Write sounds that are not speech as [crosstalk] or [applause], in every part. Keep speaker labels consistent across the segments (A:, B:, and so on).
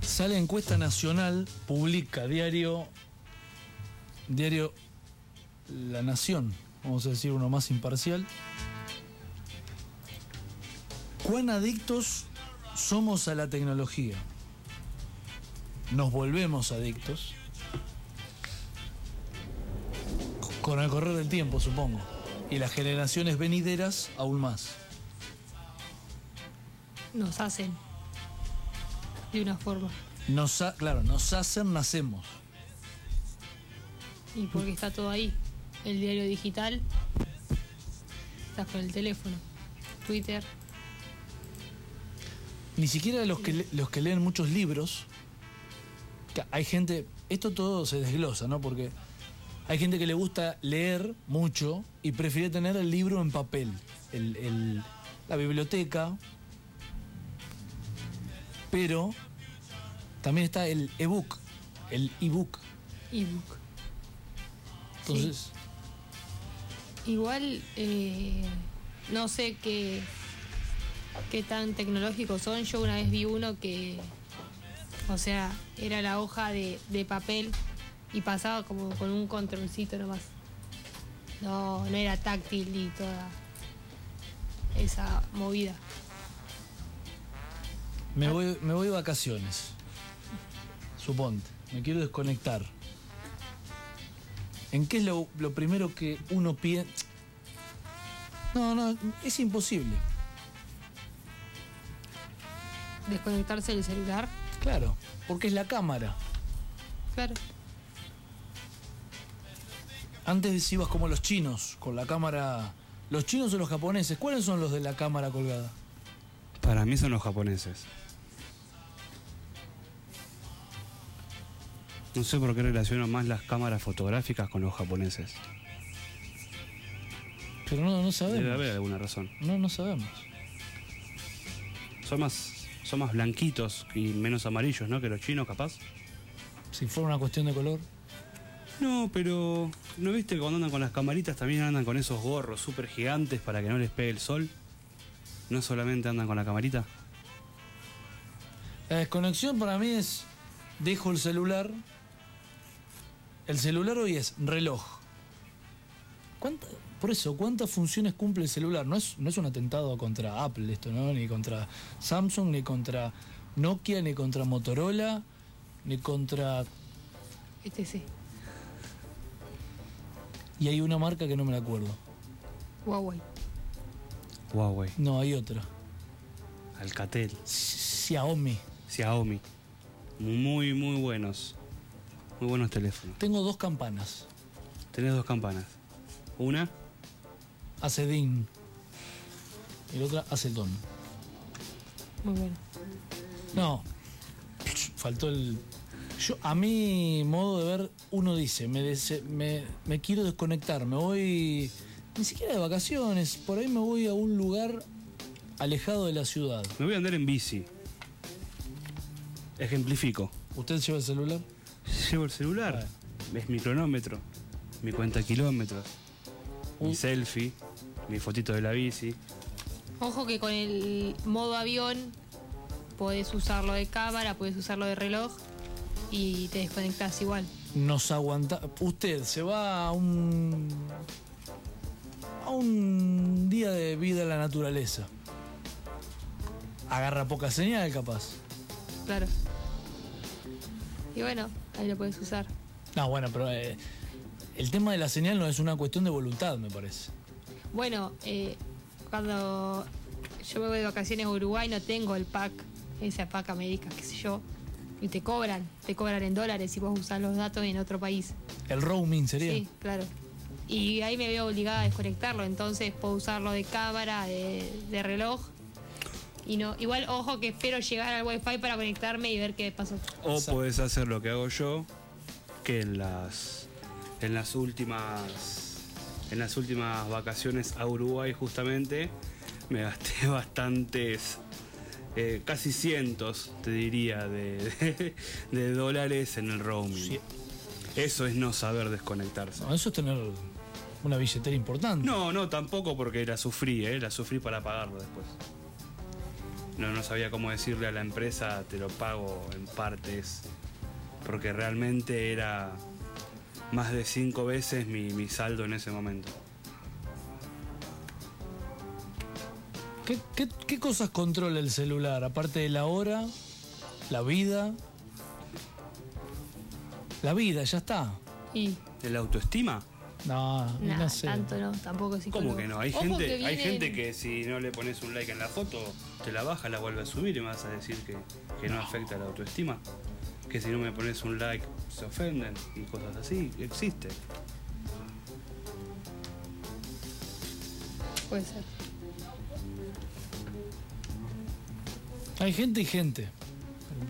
A: Sale encuesta nacional, publica diario. Diario La Nación, vamos a decir uno más imparcial. ¿Cuán adictos somos a la tecnología? Nos volvemos adictos. Con el correr del tiempo, supongo. Y las generaciones venideras aún más.
B: Nos hacen. De una forma.
A: Nos ha- claro, nos hacen, nacemos.
B: Y porque está todo ahí. El diario digital. Estás con el teléfono. Twitter.
A: Ni siquiera los que, le- los que leen muchos libros. que Hay gente. Esto todo se desglosa, ¿no? Porque hay gente que le gusta leer mucho y prefiere tener el libro en papel. el- el- la biblioteca. Pero también está el ebook. El ebook.
B: Ebook.
A: Entonces.
B: Igual, eh, no sé qué, qué tan tecnológicos son. Yo una vez vi uno que, o sea, era la hoja de, de papel y pasaba como con un controlcito nomás. No, no era táctil y toda esa movida.
A: Me voy, me voy de vacaciones. Suponte, me quiero desconectar. ¿En qué es lo, lo primero que uno piensa? No, no, es imposible.
B: Desconectarse del celular,
A: Claro, porque es la cámara.
B: claro.
A: Antes ibas como los chinos, con la cámara... Los chinos o los japoneses, ¿cuáles son los de la cámara colgada?
C: Para mí son los japoneses. No sé por qué relaciono más las cámaras fotográficas con los japoneses.
A: Pero no, no
C: Debe haber
A: sabemos.
C: alguna razón.
A: No, no sabemos.
C: Son más, son más blanquitos y menos amarillos, ¿no? Que los chinos, capaz.
A: Si fuera una cuestión de color.
C: No, pero ¿no viste que cuando andan con las camaritas también andan con esos gorros súper gigantes para que no les pegue el sol? No solamente andan con la camarita.
A: La desconexión para mí es, dejo el celular. El celular hoy es reloj. ¿Cuánta- por eso, ¿cuántas funciones cumple el celular? No es, no es un atentado contra Apple esto, ¿no? Ni contra Samsung, ni contra Nokia, ni contra Motorola, ni contra...
B: Este sí,
A: Y hay una marca que no me la acuerdo.
B: Huawei.
C: Huawei,
A: No, hay otra.
C: Alcatel,
A: Xiaomi.
C: Xiaomi. Muy, muy buenos. Muy buenos teléfonos.
A: Tengo dos campanas.
C: Tenés dos campanas. Una,
A: Hace ding. Y la otra hace don.
B: Muy bueno.
A: No. Faltó el. Yo, a mi modo de ver, uno dice, me, dese- me, me quiero desconectar, me voy ni siquiera de vacaciones, por ahí me voy a un lugar alejado de la ciudad.
C: me voy a andar en bici. Ejemplifico.
A: ¿Usted lleva el celular?
C: Llevo el celular. Es mi cronómetro. Mi cuenta kilómetros. Mi
A: Uh.
C: selfie. Mi fotito de la bici.
B: Ojo que con el modo avión podés usarlo de cámara, podés usarlo de reloj y te desconectás igual.
A: Nos aguanta. Usted se va a un. a un día de vida en la naturaleza. Agarra poca señal, capaz.
B: Claro. Y bueno, ahí lo puedes usar.
A: No, bueno, pero eh, el tema de la señal no es una cuestión de voluntad, me parece.
B: Bueno, eh, cuando yo me voy de vacaciones a Uruguay no tengo el pack, ese pack América, qué sé yo. Y te cobran, te cobran en dólares si vos usás los datos en otro país.
A: El roaming sería.
B: Sí, claro. Y ahí me veo obligada a desconectarlo, entonces puedo usarlo de cámara, de, de reloj. Y no, igual ojo que espero llegar al wifi para conectarme y ver qué pasó.
C: O
A: Exacto.
C: podés hacer lo que hago yo, que en las en las últimas en las últimas vacaciones a Uruguay justamente me gasté [laughs] bastantes eh, casi cientos, te diría, de, de- [laughs] de dólares en el roaming.
A: Sí.
C: Eso es no saber desconectarse.
A: No, eso es tener una billetera importante.
C: No, no, tampoco porque la sufrí, eh, la sufrí para pagarlo después. no, no sabía cómo decirle a la empresa, te lo pago en partes, porque realmente era más de cinco veces mi, mi saldo en ese momento.
A: ¿Qué, qué, qué cosas controla el celular? Aparte de la hora, la vida. La vida, ya está.
B: Y
C: ¿El autoestima?
A: No,
B: nada,
A: no sé.
B: tanto no, tampoco es
C: ¿Cómo
B: psicólogo.
C: que no? Hay
B: Ojo
C: gente,
B: que
C: hay
B: vienen-
C: gente que si no le pones un like en la foto, te la baja, la vuelve a subir y me vas a decir que, que no afecta la autoestima. Que si no me pones un like se ofenden y cosas así. Existe.
B: Puede ser.
A: Hay gente y gente.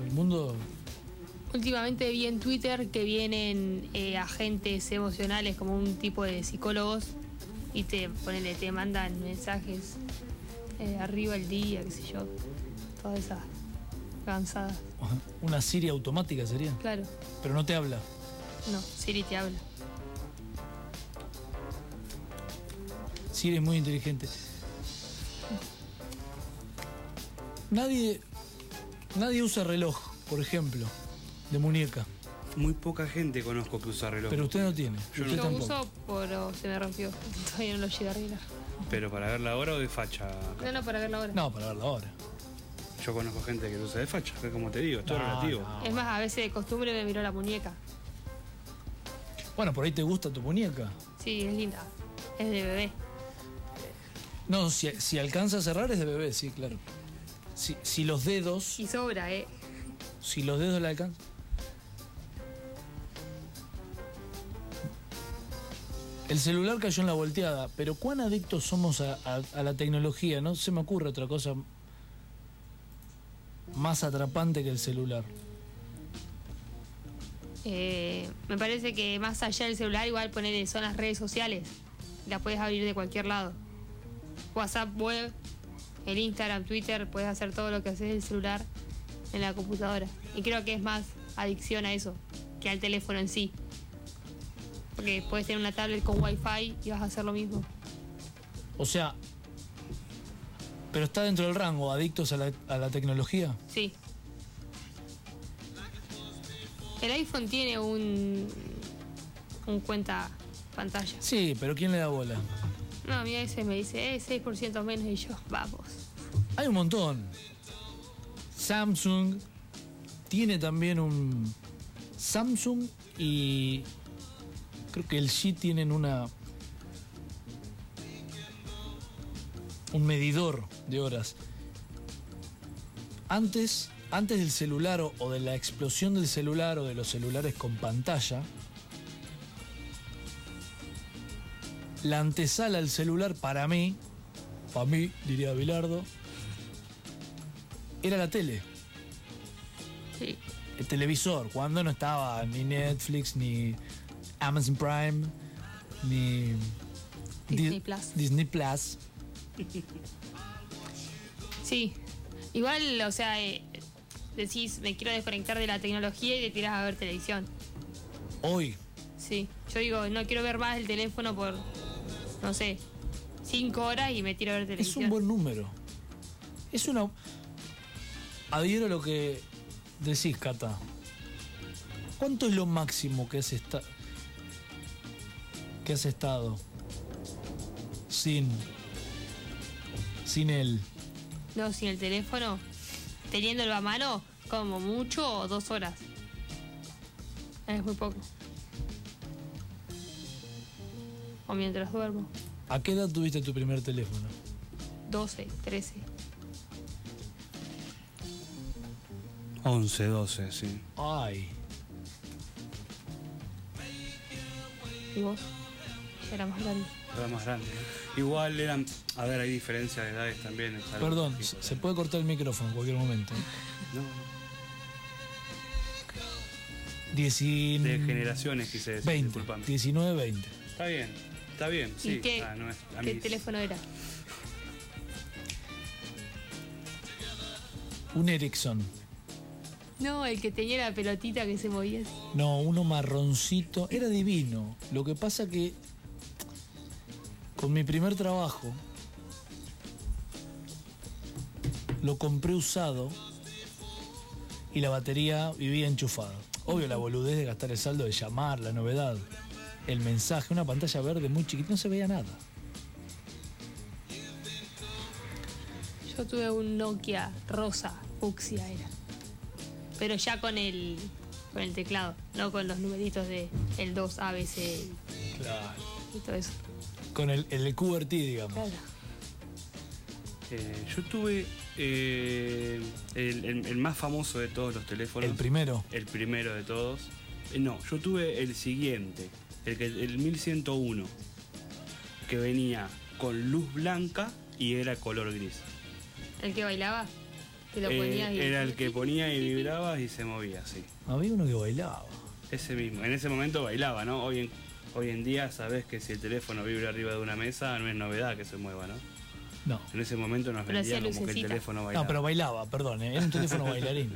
A: El mundo. [laughs]
B: Últimamente vi en Twitter que vienen eh, agentes emocionales como un tipo de psicólogos y te ponele, te mandan mensajes eh, arriba el día, qué sé yo, todas esas cansadas.
A: Una Siri automática sería.
B: Claro,
A: Pero no te habla.
B: no, Siri te habla.
A: Siri es muy inteligente. Nadie. Nadie usa reloj, por ejemplo, de muñeca.
C: Muy poca gente conozco que usa reloj.
A: Pero usted no tiene.
C: Yo
A: usted
B: Lo
A: tampoco.
B: uso, pero se me rompió. Todavía no lo llegué a arreglar.
C: Pero para ver la hora o de facha.
B: No, no, para verlo ahora.
A: No, para verla ahora.
C: Yo conozco gente que lo usa de facha, que como te digo, es todo
A: No,
C: relativo.
A: Ah, no.
B: Es más, a veces de costumbre me miró la muñeca.
A: Bueno, por ahí te gusta tu muñeca.
B: Sí, es linda. Es de bebé.
A: No, si, si alcanza a cerrar es de bebé, sí, claro. Si, si los dedos.
B: Y sobra, ¿eh?
A: Si los dedos le alcanzan. El celular cayó en la volteada, pero cuán adictos somos a, a- a la tecnología, ¿no? Se me ocurre otra cosa más atrapante que el celular.
B: Eh, me parece que más allá del celular, igual poner son las redes sociales. Las puedes abrir de cualquier lado. WhatsApp, web, el Instagram, Twitter, puedes hacer todo lo que haces del celular en la computadora. Y creo que es más adicción a eso que al teléfono en sí. Porque puedes tener una tablet con wifi y vas a hacer lo mismo.
A: O sea, pero está dentro del rango, adictos a la, a la tecnología.
B: Sí. El iPhone tiene un un cuenta pantalla.
A: Sí, pero ¿quién le da bola?
B: No, a mí a veces me dice, eh, 6% menos y yo, vamos.
A: Hay un montón. Samsung tiene también un. Samsung y. Creo que el G tienen una. Un medidor de horas. Antes, antes del celular o, o de la explosión del celular o de los celulares con pantalla, la antesala del celular para mí, para mí, diría Bilardo, era la tele,
B: Sí.
A: el televisor, cuando no estaba ni Netflix, ni Amazon Prime, ni
B: Disney
A: Di-
B: Plus.
A: Disney Plus.
B: Sí. Igual, o sea, eh, decís, me quiero desconectar de la tecnología y te tiras a ver televisión.
A: Hoy,
B: Sí. Yo digo, no quiero ver más el teléfono por, no sé, 5 horas y me tiro a ver
A: es
B: televisión.
A: un buen número. Es una... Adhiero a lo que decís, Cata. ¿Cuánto es lo máximo que has, esta- que has estado sin... sin él?
B: No, sin el teléfono, teniéndolo a mano, como mucho o dos horas. Es muy poco. O mientras duermo.
A: ¿A qué edad tuviste tu primer teléfono?
B: 12, 13.
C: 11, 12, sí.
A: Ay,
B: ¿Y vos? Ya era más grande.
C: Era más grande. ¿no? Igual eran. A ver, hay diferencia de edades también. es algo
A: perdón,
C: lógico.
A: se se puede cortar el micrófono en cualquier momento. ¿eh?
C: No,
A: Diecin...
C: de generaciones quise decir.
A: 20,
C: disculpame.
A: 19, 20.
C: Está bien, está bien, sí.
B: ¿Y qué,
C: Ah, no es- a
B: qué
C: mis-
B: teléfono era?
A: Un Ericsson.
B: No, el que tenía la pelotita que se movía así.
A: No, uno marroncito. Era divino. Lo que pasa que con mi primer trabajo lo compré usado y la batería vivía enchufada. Obvio, la boludez de gastar el saldo, de llamar, la novedad, el mensaje, una pantalla verde muy chiquita, no se veía nada.
B: Yo tuve un Nokia rosa, fucsia era. Pero ya con el, con el teclado, no con los numeritos de el 2 ABC y,
A: Claro.
B: y todo eso.
A: Con el, el QRT, digamos.
B: Claro.
C: Eh, yo tuve eh, el, el- el más famoso de todos los teléfonos.
A: El primero.
C: El primero de todos. Eh, No, yo tuve el siguiente, el, que- el 1101, que venía con luz blanca y era color gris.
B: El que bailaba, que lo
C: Eh,
B: ponías y.
C: era el que ponía y vibraba y se movía, sí.
A: Había uno que bailaba.
C: Ese mismo. En ese momento bailaba, ¿no? Hoy en, hoy en día sabes que si el teléfono vibra arriba de una mesa no es novedad que se mueva, ¿no?
A: No.
C: En ese momento nos
B: Pero hacía
C: vendían como que el
B: lucecita.
C: teléfono bailaba.
A: No, pero bailaba, perdón, ¿eh? era un teléfono bailarín.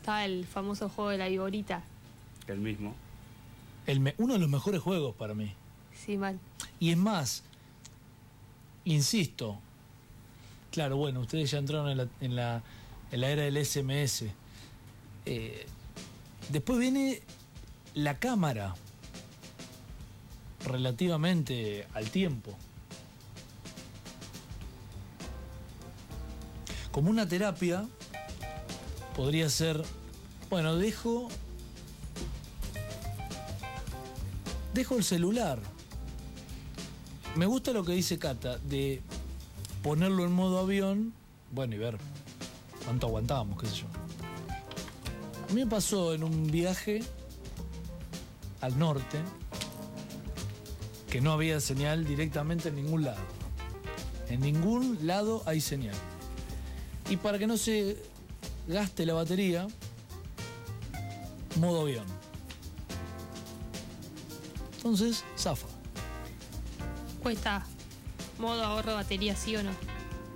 B: Estaba el famoso juego de la viborita.
C: El mismo.
A: El me- uno de los mejores juegos para mí.
B: Sí, mal.
A: Y es más, insisto, claro, bueno, ustedes ya entraron en la, en la, en la era del SMS. Eh, después viene la cámara, relativamente al tiempo. Como una terapia, podría ser, bueno, dejo... Dejo el celular, me gusta lo que dice Cata de ponerlo en modo avión, bueno, y ver cuánto aguantábamos, qué sé yo. A mí me pasó en un viaje al norte que no había señal directamente en ningún lado. En ningún lado hay señal. Y para que no se gaste la batería, modo avión. Entonces, zafa.
B: Cuesta modo ahorro de batería, sí o no.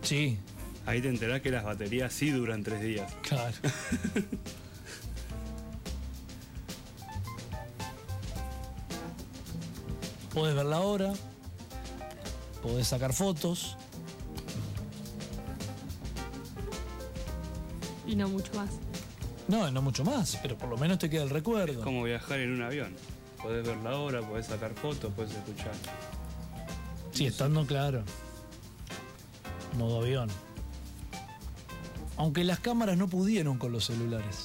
A: Sí,
C: Ahí te enterás que las baterías sí duran tres días.
A: Claro. [laughs] podés ver la hora, podés sacar fotos,
B: Y no mucho más.
A: no, no mucho más, pero por lo menos te queda el recuerdo.
C: Es como viajar en un avión. Podés ver la hora, podés sacar fotos, podés escuchar.
A: Sí, estando claro. Modo avión. Aunque las cámaras no pudieron con los celulares.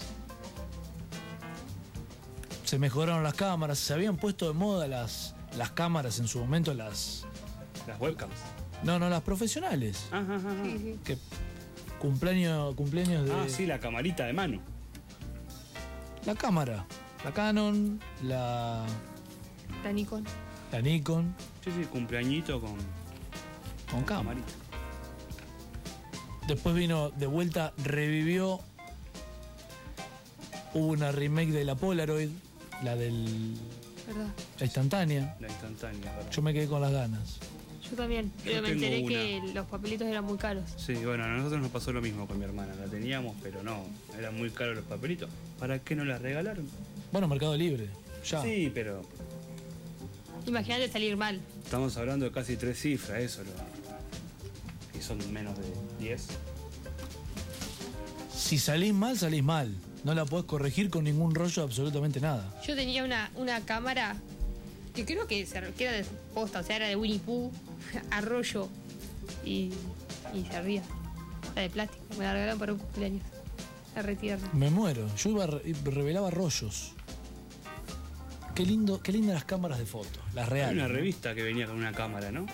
A: Se mejoraron las cámaras, se habían puesto de moda las, las cámaras en su momento, las...
C: Las webcams.
A: No, no, las profesionales.
C: Ajá, ajá, ajá.
B: Sí, sí.
A: que cumpleaños, cumpleaños de
C: Ah, sí, la camarita de mano.
A: la cámara, la Canon, la,
B: La Nikon.
A: la Nikon
C: Sí, sí, cumpleañito con
A: con cámara.
C: camarita.
A: Después vino de vuelta, revivió, hubo una remake de la Polaroid, la del
B: ¿Verdad?
A: la instantánea.
C: La instantánea, ¿verdad?
A: Yo me quedé con las ganas.
B: Yo también. Pero me
C: tengo
B: enteré
C: una.
B: que los papelitos eran muy caros.
C: Sí, bueno, a nosotros nos pasó lo mismo con mi hermana. La teníamos, pero no. Eran muy caros los papelitos. ¿Para qué no las regalaron?
A: Bueno, Mercado Libre, ya.
C: Sí, pero
B: Imagínate salir mal.
C: estamos hablando de casi tres cifras, eso. lo- Y son menos de 10.
A: Si salís mal, salís mal. No la podés corregir con ningún rollo de absolutamente nada.
B: Yo tenía una, una cámara que creo que, se- que era de posta, o sea, era de Winnie Pooh, [laughs] arroyo. Y, y se ría. Era de plástico. Me la regalaron para un cumpleaños. La retierra.
A: Me muero. Yo iba re- revelaba rollos. Qué lindo, qué lindas las cámaras de foto, las
C: Hay
A: reales.
C: una
A: ¿no?
C: revista que venía con una cámara, ¿no?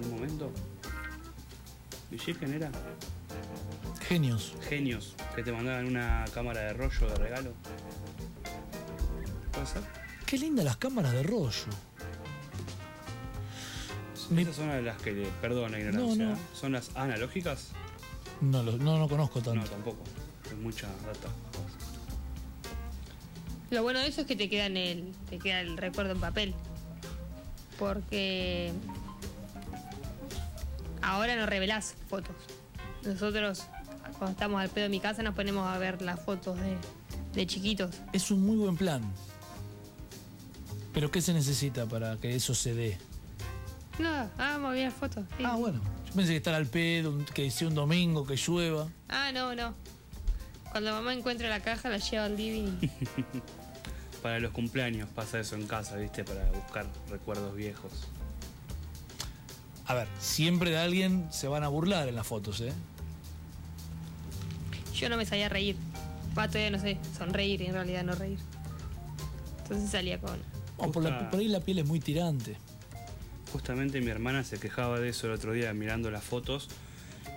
C: En un momento. Villiquen era
A: Genios.
C: genios que te mandaban una cámara de rollo de regalo. ¿Puede ser?
A: Qué lindas las cámaras de rollo. Mi-
C: Esas son las que, le- perdón la ignorancia,
A: No, no.
C: ¿eh? ¿son las analógicas?
A: No, lo- no, no conozco
C: No,
A: tanto.
C: tampoco. Hay mucha data.
B: Lo bueno de eso es que te queda en el, te queda el recuerdo en papel. Porque ahora no revelás fotos. Nosotros, cuando estamos al pedo de mi casa, nos ponemos a ver las fotos de, de chiquitos.
A: Es un muy buen plan. Pero ¿qué se necesita para que eso se dé?
B: No, ah, moví la foto. sí.
A: Ah, bueno. Yo pensé que estar al pedo, un- que sea un domingo, que llueva.
B: Ah, no, no. Cuando mamá encuentra la caja, la lleva al living.
A: [laughs]
B: y-
C: Para los cumpleaños pasa eso en casa, ¿viste? Para buscar recuerdos viejos.
A: A ver, siempre de alguien se van a burlar en las fotos, ¿eh?
B: Yo no me sabía reír. Va, todavía no sé, sonreír, en realidad no reír. Entonces salía con.
A: O por, la-
C: Justa-
A: por ahí la piel es muy tirante.
C: Justamente mi hermana se quejaba de eso el otro día mirando las fotos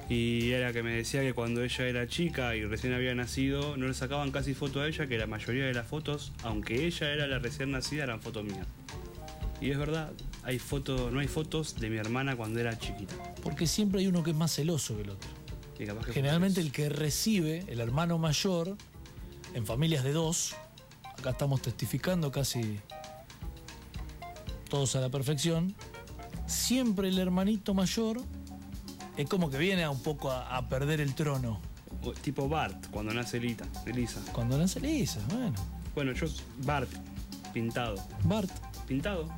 C: y era que me decía que cuando ella era chica y recién había nacido no le sacaban casi foto a ella, que la mayoría de las fotos, aunque ella era la recién nacida, eran fotos mías. Y es verdad, hay fotos, no hay fotos de mi hermana cuando era chiquita.
A: Porque siempre hay uno que es más celoso que el otro.
C: Y capaz que
A: Generalmente el que recibe, el hermano mayor, en familias de dos, acá estamos testificando casi todos a la perfección, siempre el hermanito mayor es como que viene a un poco a, a perder el trono.
C: O- tipo Bart, cuando nace Elita, Elisa.
A: Cuando nace Lisa, bueno,
C: Bueno, yo Bart, pintado.
A: Bart,
C: Pintado.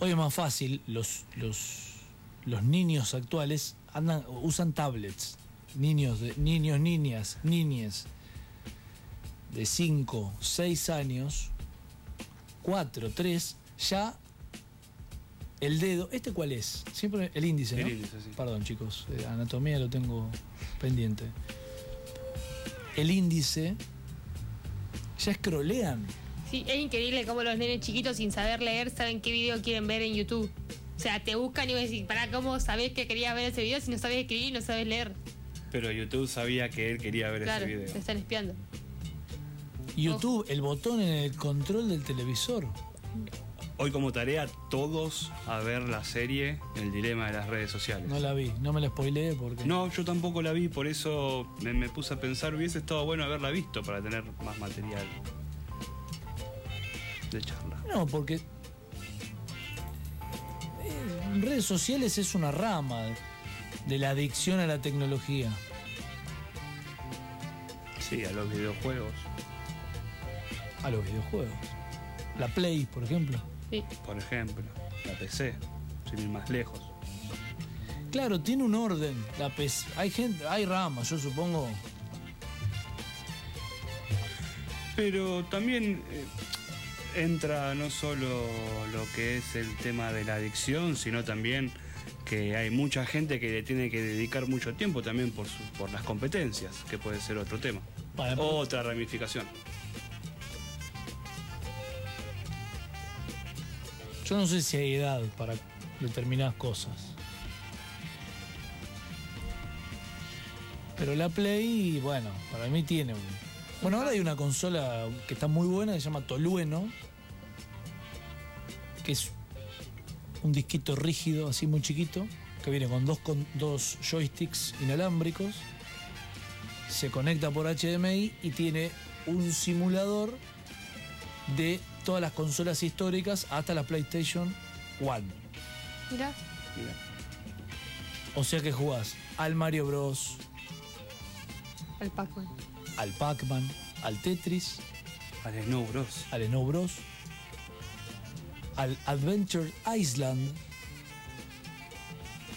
A: hoy es más fácil, los, los, los niños actuales andan, usan tablets, niños, de, niños, niñas, niñes de 5, 6 años, 4, 3, ya el dedo, ¿este cuál es? Siempre el índice, ¿no?
C: El índice, sí.
A: Perdón chicos, eh, anatomía lo tengo pendiente. El índice, ya escrolean.
B: Sí, es increíble cómo los nenes chiquitos sin saber leer saben qué video quieren ver en YouTube. O sea, te buscan y vos decís, pará, ¿cómo sabés que querías ver ese video si no sabés escribir y no sabés leer?
C: Pero YouTube sabía que él quería ver
B: claro,
C: ese video.
B: te están espiando.
A: YouTube, el botón en el control del televisor.
C: Hoy como tarea todos a ver la serie El dilema de las redes sociales.
A: No la vi, no me la spoileé porque.
C: No, yo tampoco la vi, por eso me, me puse a pensar, hubiese estado bueno haberla visto para tener más material de charla.
A: No, porque. eh, redes sociales es una rama de- de la adicción a la tecnología.
C: Sí, a los videojuegos,
A: A los videojuegos. La Play, por ejemplo.
B: Sí.
C: por ejemplo, la PC, sin ir más lejos.
A: Claro, tiene un orden. La pes- hay gente, hay ramas, yo supongo.
C: Pero también eh, entra no solo lo que es el tema de la adicción, sino también que hay mucha gente que le tiene que dedicar mucho tiempo también por, su- por las competencias, que puede ser otro tema.
A: Para-
C: Otra ramificación.
A: Yo no sé si hay edad para determinadas cosas. Pero la Play, bueno, para mí tiene un... Bueno, ahora hay una consola que está muy buena, que se llama Tolueno, que es un disquito rígido, así muy chiquito, que viene con dos, con dos joysticks inalámbricos, se conecta por HDMI y tiene un simulador de todas las consolas históricas hasta la PlayStation 1.
B: Mirá,
C: Mirá.
A: O sea que jugás al Mario Bros,
B: al Pac-Man.
A: al Pac-Man, al Tetris,
C: Al Snow Bros.
A: al Snow Bros, al Adventure Island.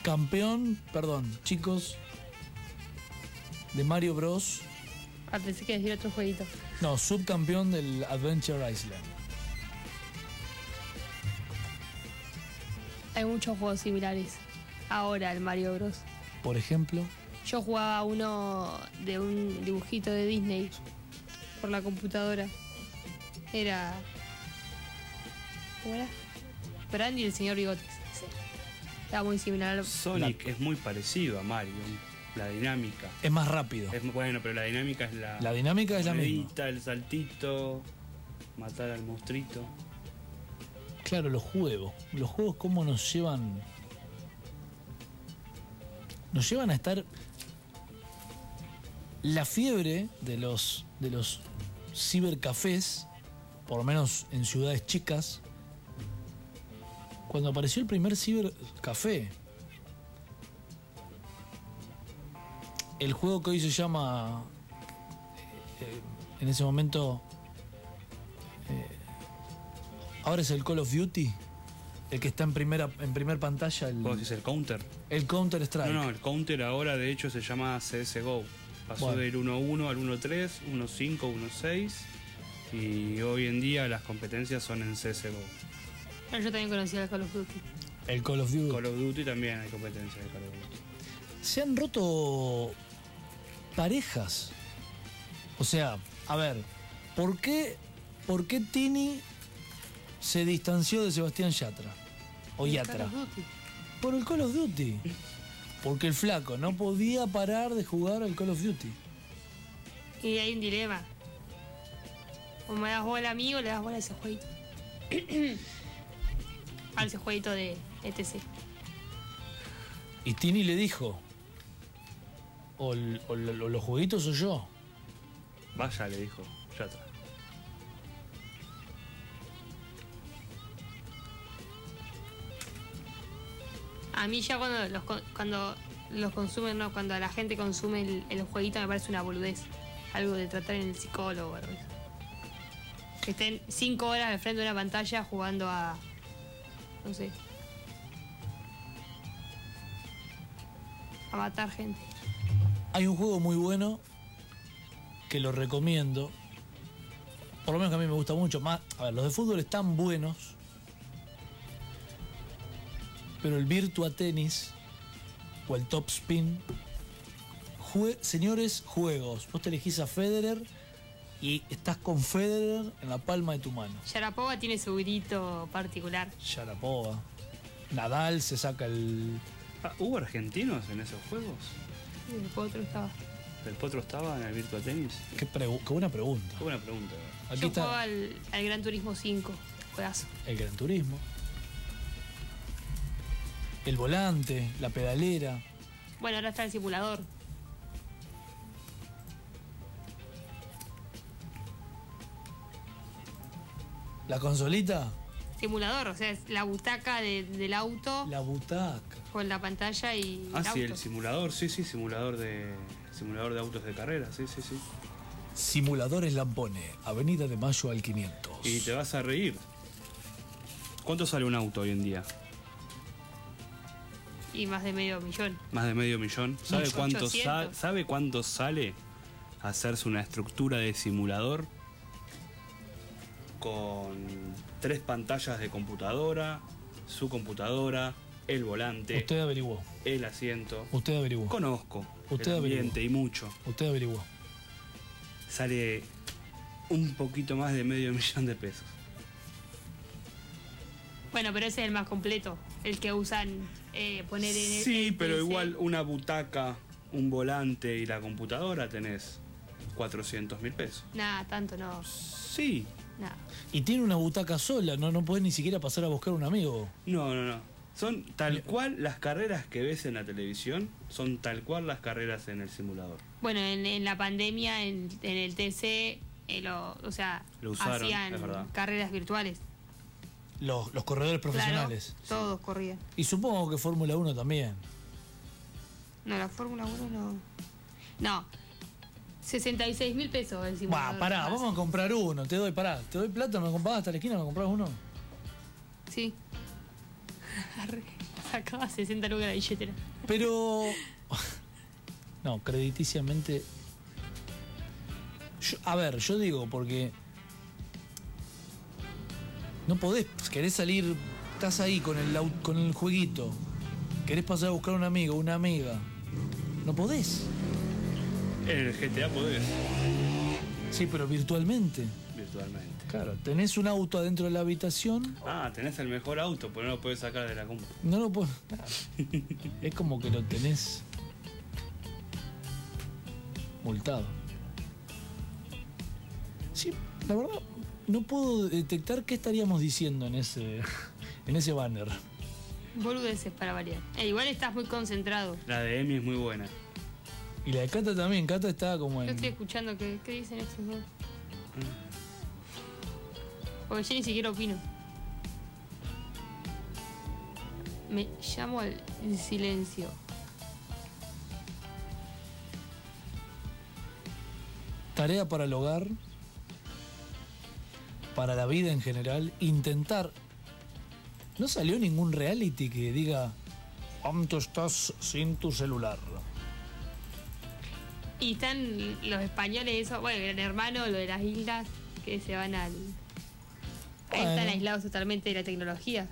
A: Campeón, perdón, chicos, de Mario Bros.
B: Ah, pensé que iba a decir otro jueguito.
A: No, subcampeón del Adventure Island.
B: Hay muchos juegos similares. Ahora al Mario Bros.
A: Por ejemplo,
B: Yo jugaba uno de un dibujito de Disney por la computadora. Era. ¿Cómo era? Brandy y el señor Bigotes. Sí. Era muy similar.
C: Sonic es muy parecido a Mario. La dinámica.
A: es más rápido.
C: Es, mu- bueno, pero la dinámica es la.
A: La dinámica es la misma.
C: monedita, el saltito, matar al monstruito.
A: Claro, los juegos. Los juegos cómo nos llevan. Nos llevan a estar. La fiebre de los. de los cibercafés, por lo menos en ciudades chicas. Cuando apareció el primer cibercafé. El juego que hoy se llama. eh, en ese momento. Ahora es el Call of Duty, el que está en primera en primer pantalla,
C: ¿Vos
A: el,
C: decís el counter?
A: el Counter Strike.
C: No, no, el counter ahora de hecho se llama CSGO. Pasó
A: Bueno.
C: del 1.1 al 1.3, 1.5, 1.6 y hoy en día las competencias son en CSGO.
B: Bueno, Ah, yo también conocía el Call of Duty.
A: El Call of Duty.
C: Call of Duty también hay competencia de Call of Duty.
A: Se han roto parejas. O sea, a ver, ¿por qué, por qué Tini se distanció de Sebastián Yatra? O
B: El
A: Yatra.
B: Call of Duty.
A: Por el Call of Duty. Porque el flaco no podía parar de jugar al Call of Duty.
B: Y hay un dilema. O me das bola a mí o le das bola a ese jueguito. [clears throat] a ese jueguito de E ETC.
A: Y Tini le dijo, o, l- o l- o los jueguitos o yo.
C: Vaya, le dijo, ya está.
B: A mí ya cuando los, con- cuando los consumen, no, cuando la gente consume el, el jueguito me parece una boludez. Algo de tratar en el psicólogo. algo así. Que estén cinco horas al frente de una pantalla jugando a... No sé. A matar gente.
A: Hay un juego muy bueno que lo recomiendo. Por lo menos que a mí me gusta mucho. Más, a ver, los de fútbol están buenos. Pero el Virtua Tennis o el Top Spin. jue- señores, juegos. Vos te elegís a Federer y estás con Federer en la palma de tu mano.
B: Yarapova tiene su grito particular.
A: Sharapova. Nadal se saca el.
C: Ah, ¿Hubo argentinos en esos juegos?
B: Y el potro estaba.
C: ¿El potro estaba en el Virtua Tennis?
A: Qué, pregu- qué buena pregunta.
C: Qué buena pregunta.
A: Aquí
B: Yo jugaba
A: está
B: al, al Gran Turismo 5. Juegazo.
A: el Gran Turismo. El volante, la pedalera.
B: Bueno, ahora está el simulador.
A: La consolita,
B: Simulador, o sea, es la butaca de- del auto.
A: la butaca.
B: con la pantalla y
C: Ah,
B: el
C: sí, el
B: auto.
C: simulador, sí, sí, simulador de simulador de autos de carrera, sí, sí, sí.
A: Simuladores Lampone, Avenida de Mayo al 500.
C: Y te vas a reír. ¿Cuánto sale un auto hoy en día?
B: y más de medio millón.
C: Más de medio millón. ¿Sabe
B: Mucho.
C: cuánto, sa-
B: 800.
C: ¿Sabe cuánto sale hacerse una estructura de simulador? Con tres pantallas de computadora, su computadora, el volante,
A: Usted averiguó,
C: el asiento.
A: usted averiguó,
C: Conozco
A: Usted
C: el
A: averiguó.
C: ambiente y mucho.
A: usted averiguó.
C: Sale un poquito más de medio [laughs] millón de pesos.
B: Bueno, pero ese es el más completo, el que usan eh, poner en el-
C: Sí,
B: el
C: pero
B: PC.
C: igual una butaca, un volante y la computadora tenés 400 mil pesos.
B: Nada, tanto no,
C: Sí.
B: nada.
A: Y tiene una butaca sola, no, no podés ni siquiera pasar a buscar un amigo.
C: No, no, no. Son tal cual las carreras que ves en la televisión, son tal cual las carreras en el simulador.
B: Bueno, en, en la pandemia, en, en el TC, eh, lo, o sea,
C: Lo usaron, es verdad.
B: hacían carreras virtuales.
A: Los, los corredores profesionales.
B: Claro, todos corrían.
A: Y supongo que Fórmula 1 también.
B: No, la Fórmula 1 no. No, 66 mil pesos el simulador.
A: Va, pará,
B: Ah,
A: vamos a comprar uno, te doy, pará, te doy plata, me comprás hasta la esquina, me compras uno.
B: Sí. [laughs] Arre, Sacaba 60 lucas la billetera.
A: Pero. No, crediticiamente. Yo- a ver, yo digo, porque. No podés, querés salir. Estás ahí con el, au- con el jueguito. Querés pasar a buscar a un amigo, una amiga. No podés.
C: En el GTA podés,
A: Sí, pero virtualmente.
C: virtualmente.
A: Claro, tenés un auto adentro de la habitación.
C: Ah, tenés el mejor auto, pero no lo podés sacar de la compu.
A: No lo puedo. Es como que lo tenés. Multado. Sí, la verdad, no puedo detectar qué estaríamos diciendo en ese. en ese banner.
B: Boludeces para variar. Eh, igual estás muy concentrado.
C: La de Emi es muy buena.
A: Y la de Cata también, Cata está como
B: Yo estoy
A: en.
B: escuchando que- qué dicen estos dos.
A: Mm.
B: Porque yo ni siquiera opino. Me llamo al silencio.
A: Tarea para el hogar. para la vida en general, intentar. No salió ningún reality que diga cuánto estás sin tu celular.
B: Y están los españoles, eso, bueno, el hermano, lo de las islas, que se van al. Ahí están
A: Bueno.
B: aislados totalmente de la tecnología.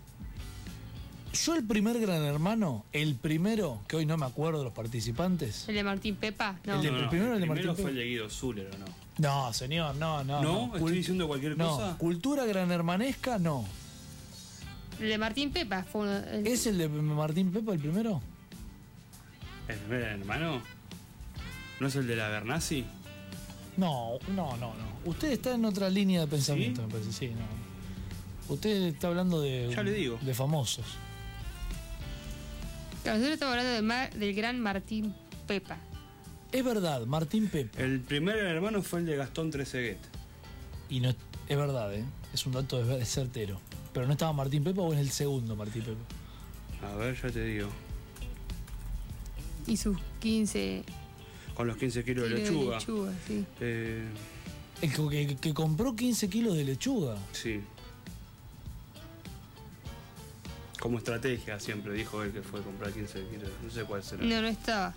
A: Yo el primer gran hermano, el primero, que hoy no me acuerdo de los participantes.
B: El de Martín Pepa, no.
A: El de- primero el de Martín
C: fue el
A: Pérez.
C: de Guido Zuller, ¿o no?
A: No, señor, no, no.
C: ¿No? ¿Estoy
A: Cul-
C: diciendo cualquier
A: no.
C: cosa?
A: cultura gran hermanesca, no.
B: El de Martín Pepa fue uno. el-
A: ¿Es el de Martín Pepa el primero?
C: ¿El primer hermano? ¿No es el de la Bernasi?
A: No, no, no, no. Usted está en otra línea de pensamiento, me parece, sí, no. Usted está hablando de.
C: Ya le digo.
A: De famosos.
B: Nosotros estamos hablando de Mar- del gran Martín Pepa.
A: Es verdad, Martín Pepa.
C: El primer hermano fue el de Gastón Treseguet.
A: Y no es es verdad, ¿eh? Es un dato de- de certero. Pero no estaba Martín Pepa o es el segundo Martín Pepa.
C: A ver, ya te digo.
B: Y sus 15
C: Con los 15 kilos de
B: kilos
C: lechuga.
B: lechuga, sí.
C: Eh,
A: El que, que- que compró 15 kilos de lechuga.
C: sí. Como estrategia siempre dijo él que fue a comprar 15 kilos. No sé cuál será.
B: No, no estaba.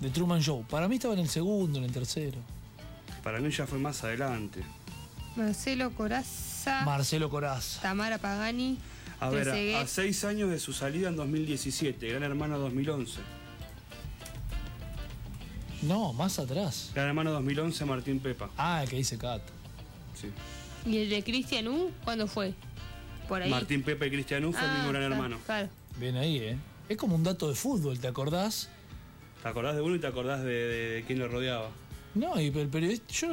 A: De Truman Show. Para mí estaba en el segundo, en el tercero.
C: Para mí ya fue más adelante.
B: Marcelo Coraza,
A: Marcelo Coraz.
B: Tamara Pagani.
C: A ver,
B: Trezeguet.
C: a, a seis años de su salida en 2017, Gran Hermano 2011.
A: No, más atrás.
C: Gran Hermano 2011, Martín Pepa.
A: Ah, el que dice Cat.
C: Sí.
B: ¿Y el de Cristian U? ¿Cuándo fue? Por ahí.
C: Martín Pepa y Cristian U fue el
B: Ah,
C: mismo Gran
B: claro,
C: Hermano.
B: Claro.
A: Bien ahí, ¿eh? Es como un dato de fútbol, ¿te acordás?
C: ¿Te acordás de uno y te acordás de, de- de quién lo rodeaba?
A: No, y el periodista. Yo,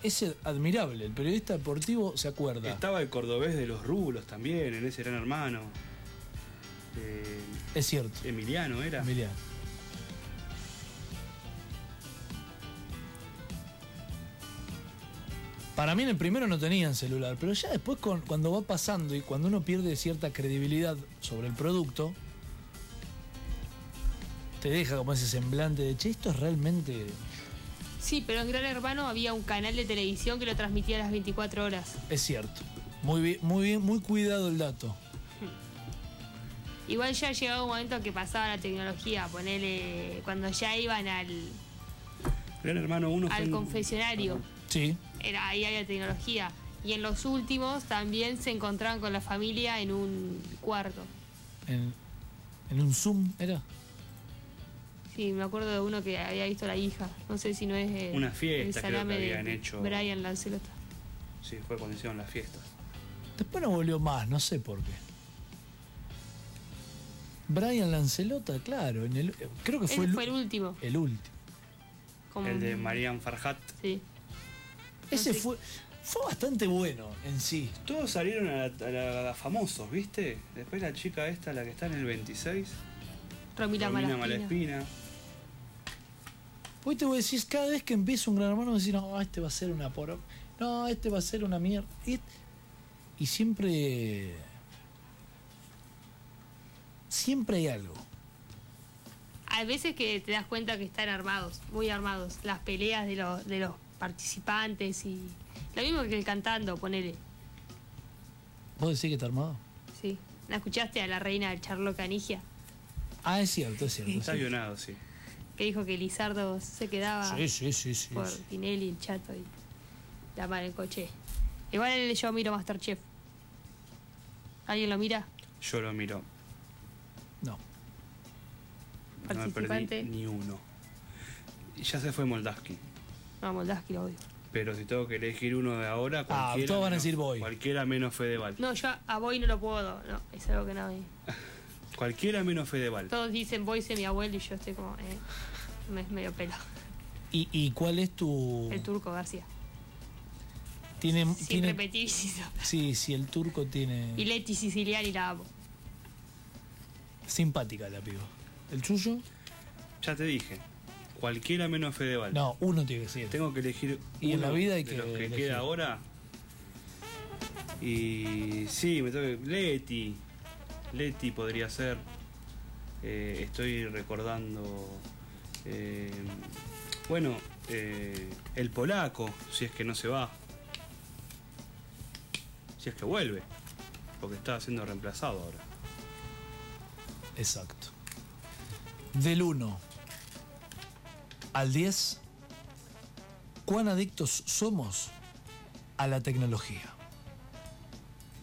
A: es admirable. El periodista deportivo se acuerda.
C: Estaba el cordobés de los rublos también, en ese Gran Hermano. Eh,
A: Es cierto.
C: Emiliano era.
A: Emiliano. Para mí en el primero no tenían celular, pero ya después con- cuando va pasando y cuando uno pierde cierta credibilidad sobre el producto, te deja como ese semblante de, che, esto es realmente...
B: Sí, pero en Gran Hermano había un canal de televisión que lo transmitía a las 24 horas.
A: Es cierto. Muy bien, muy bien, muy cuidado el dato.
B: Igual ya llegaba un momento que pasaba la tecnología, ponele cuando ya iban al,
C: Gran Hermano 1
B: al confesionario,
A: Sí.
B: era, ahí había tecnología. Y en los últimos también se encontraban con la familia en un cuarto.
A: En, en un Zoom era.
B: Sí, me acuerdo de uno que había visto a la hija. No sé si no es. eh,
C: Una
B: el
C: fiesta creo que
B: salame de
C: habían hecho.
B: Brian Lancelota.
C: Sí, fue cuando hicieron las fiestas.
A: Después no volvió más, no sé por qué. Brian Lancelota, claro, en el, creo que
B: Ese
A: fue el,
B: fue el último.
A: el último.
B: como-
C: El de Marian Farhat.
B: Sí.
A: Ese
B: sí.
A: fue fue bastante bueno en sí.
C: Todos salieron a, la- a la- a famosos, ¿viste? Después la chica esta, la que está en el 26.
B: Romina,
C: Romina
B: Malaspina.
C: Malespina.
A: Hoy te voy a decir, cada vez que empieza un gran hermano, decís, no, este va a ser una poro, no, este va a ser una mierda. Y, y siempre. Siempre hay algo.
B: Hay veces que te das cuenta que están armados, muy armados. Las peleas de los, de los participantes y. Lo mismo que el cantando, ponele.
A: ¿Vos decís que está armado?
B: Sí. ¿La escuchaste a la reina del Charlo Canigia?
A: Ah, es cierto, es cierto. es
C: Está
A: cierto.
C: guionado, sí.
B: Que dijo que Lizardo se quedaba
A: Sí, sí, sí, sí.
B: por
A: sí.
B: Tinelli, el chato y la madre el coche. Igual yo miro Masterchef. ¿Alguien lo mira?
C: Yo lo miro.
A: No.
C: No me
B: Participante.
C: perdí ni uno. Y Ya se fue Moldavsky.
B: No, Moldaski lo odio.
C: Pero si tengo que elegir uno de ahora, cualquiera.
A: Ah, todos van a
C: menos-
A: decir Boy.
C: Cualquiera menos Fedeval.
B: No, yo a Boy no lo puedo. No, es algo que no me...
C: Cualquiera menos Fedeval.
B: Todos dicen Boy es mi abuelo y yo estoy como... Eh, me es medio pelo.
A: ¿Y, y cuál es tu.?
B: El turco García.
A: Uh. Tiene,
B: Sin
A: tiene-
B: repetir. sin-
A: sí, sí, el turco tiene.
B: Y Leti Siciliani la amo.
A: Simpática la piba. ¿El suyo?
C: Ya te dije. Cualquiera menos Fedeval.
A: No, uno tiene que ser.
C: Tengo que elegir
A: Y en
C: uno
A: la vida hay
C: de
A: que
C: los que
A: elegir.
C: queda ahora. Y sí, me tengo que... Leti. Leti podría ser. Eh, estoy recordando. eh, bueno, eh, el polaco, si es que no se va. si es que vuelve. Porque está siendo reemplazado ahora.
A: Exacto. Del 1 al 10, ¿cuán adictos somos a la tecnología?